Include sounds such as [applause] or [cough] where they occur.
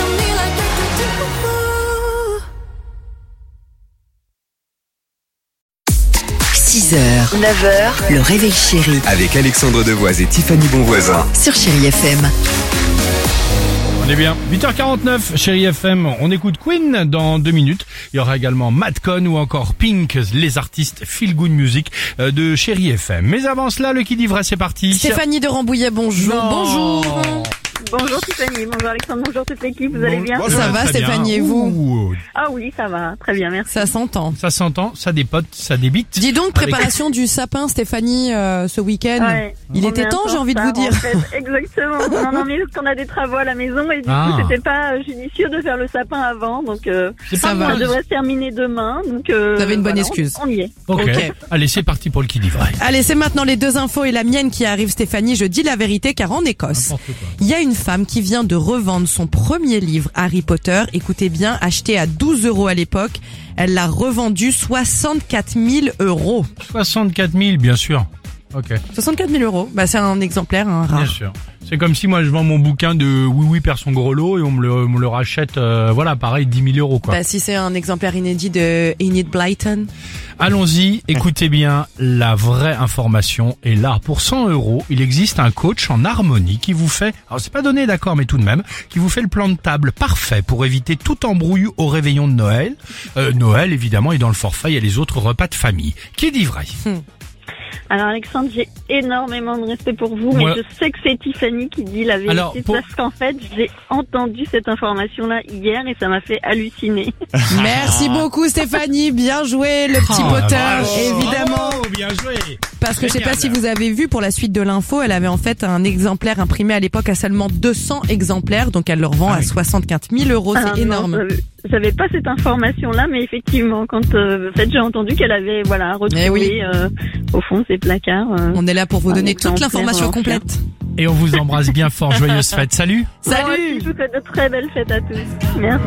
on me like we could do. Ooh. 6h, 9h, le réveil chéri Avec Alexandre Devoise et Tiffany Bonvoisin. sur Chérie FM. On est bien. 8h49, chérie FM, on écoute Queen dans deux minutes. Il y aura également Madcon ou encore Pink, les artistes Feel Good Music euh, de chérie FM. Mais avant cela, le qui dit vrai, c'est parti. Stéphanie de Rambouillet, bonjour. Non. Bonjour. Bonjour Tiffany, bonjour Alexandre, bonjour toute l'équipe, vous allez Bon- bien bonjour, Ça va, très bien. Stéphanie, et vous Ouh, Ah oui, ça va, très bien, merci. Ça s'entend. Ça s'entend, ça dépote, ça débite. Dis donc, préparation du sapin, Stéphanie, euh, ce week-end. Ouais. Il On est était un temps, peu j'ai en envie de vous retard, hein. dire. en [laughs] fait. Exactement, non, non, mais qu'on a des travaux à la maison et du Ah. coup c'était pas euh, judicieux de faire le sapin avant, donc euh, C'est ça pas va. ça mal. devrait se terminer demain. Donc, euh, Vous avez une bonne voilà, excuse. On, on y est. ok. Ok. Allez, c'est parti pour le qui dit vrai. Allez, c'est maintenant les deux infos et la mienne qui arrive, Stéphanie. Je dis la vérité car en Écosse, N'importe quoi. il y a une femme qui vient de revendre son premier livre, Harry Potter. Écoutez bien, acheté à 12 euros à l'époque. Elle l'a revendu 64 000 euros. 64 000, bien sûr. Ok, 64 000 euros, bah, c'est un exemplaire hein, bien rare. sûr. C'est comme si moi je vends mon bouquin de Oui Oui perd son gros lot et on me le, on me le rachète, euh, voilà, pareil, 10 000 euros quoi. Bah, si c'est un exemplaire inédit de Enid Blyton. Allons-y, écoutez bien, la vraie information est là. Pour 100 euros, il existe un coach en harmonie qui vous fait, alors c'est pas donné d'accord, mais tout de même, qui vous fait le plan de table parfait pour éviter toute embrouille au réveillon de Noël. Euh, Noël, évidemment, et dans le forfait, il y a les autres repas de famille. Qui dit vrai Alors Alexandre, j'ai énormément de respect pour vous, mais Ouais. je sais que c'est Tiffany qui dit la vérité Alors, pour- parce qu'en fait j'ai entendu cette information-là hier et ça m'a fait halluciner. Ah. Merci beaucoup Stéphanie, bien joué le petit Oh, Potter, bravo. évidemment. Bravo, Oh, bien joué Parce que je sais pas Génial. si vous avez vu pour la suite de l'info, elle avait en fait un exemplaire imprimé à l'époque à seulement 200 exemplaires, donc elle le revend Ah à oui. 75 000 euros, Ah, c'est non, énorme. j'avais- J'avais pas cette information-là, mais effectivement, quand euh, en fait, j'ai entendu qu'elle avait voilà retrouvé Eh oui. euh, au fond de ses placards. euh. On est là pour vous Un donner toute exemplaire, en l'information fait. complète. Et on vous embrasse bien fort, joyeuse fête, salut Moi Salut aussi, je vous souhaite de très belles fêtes à tous. Merci.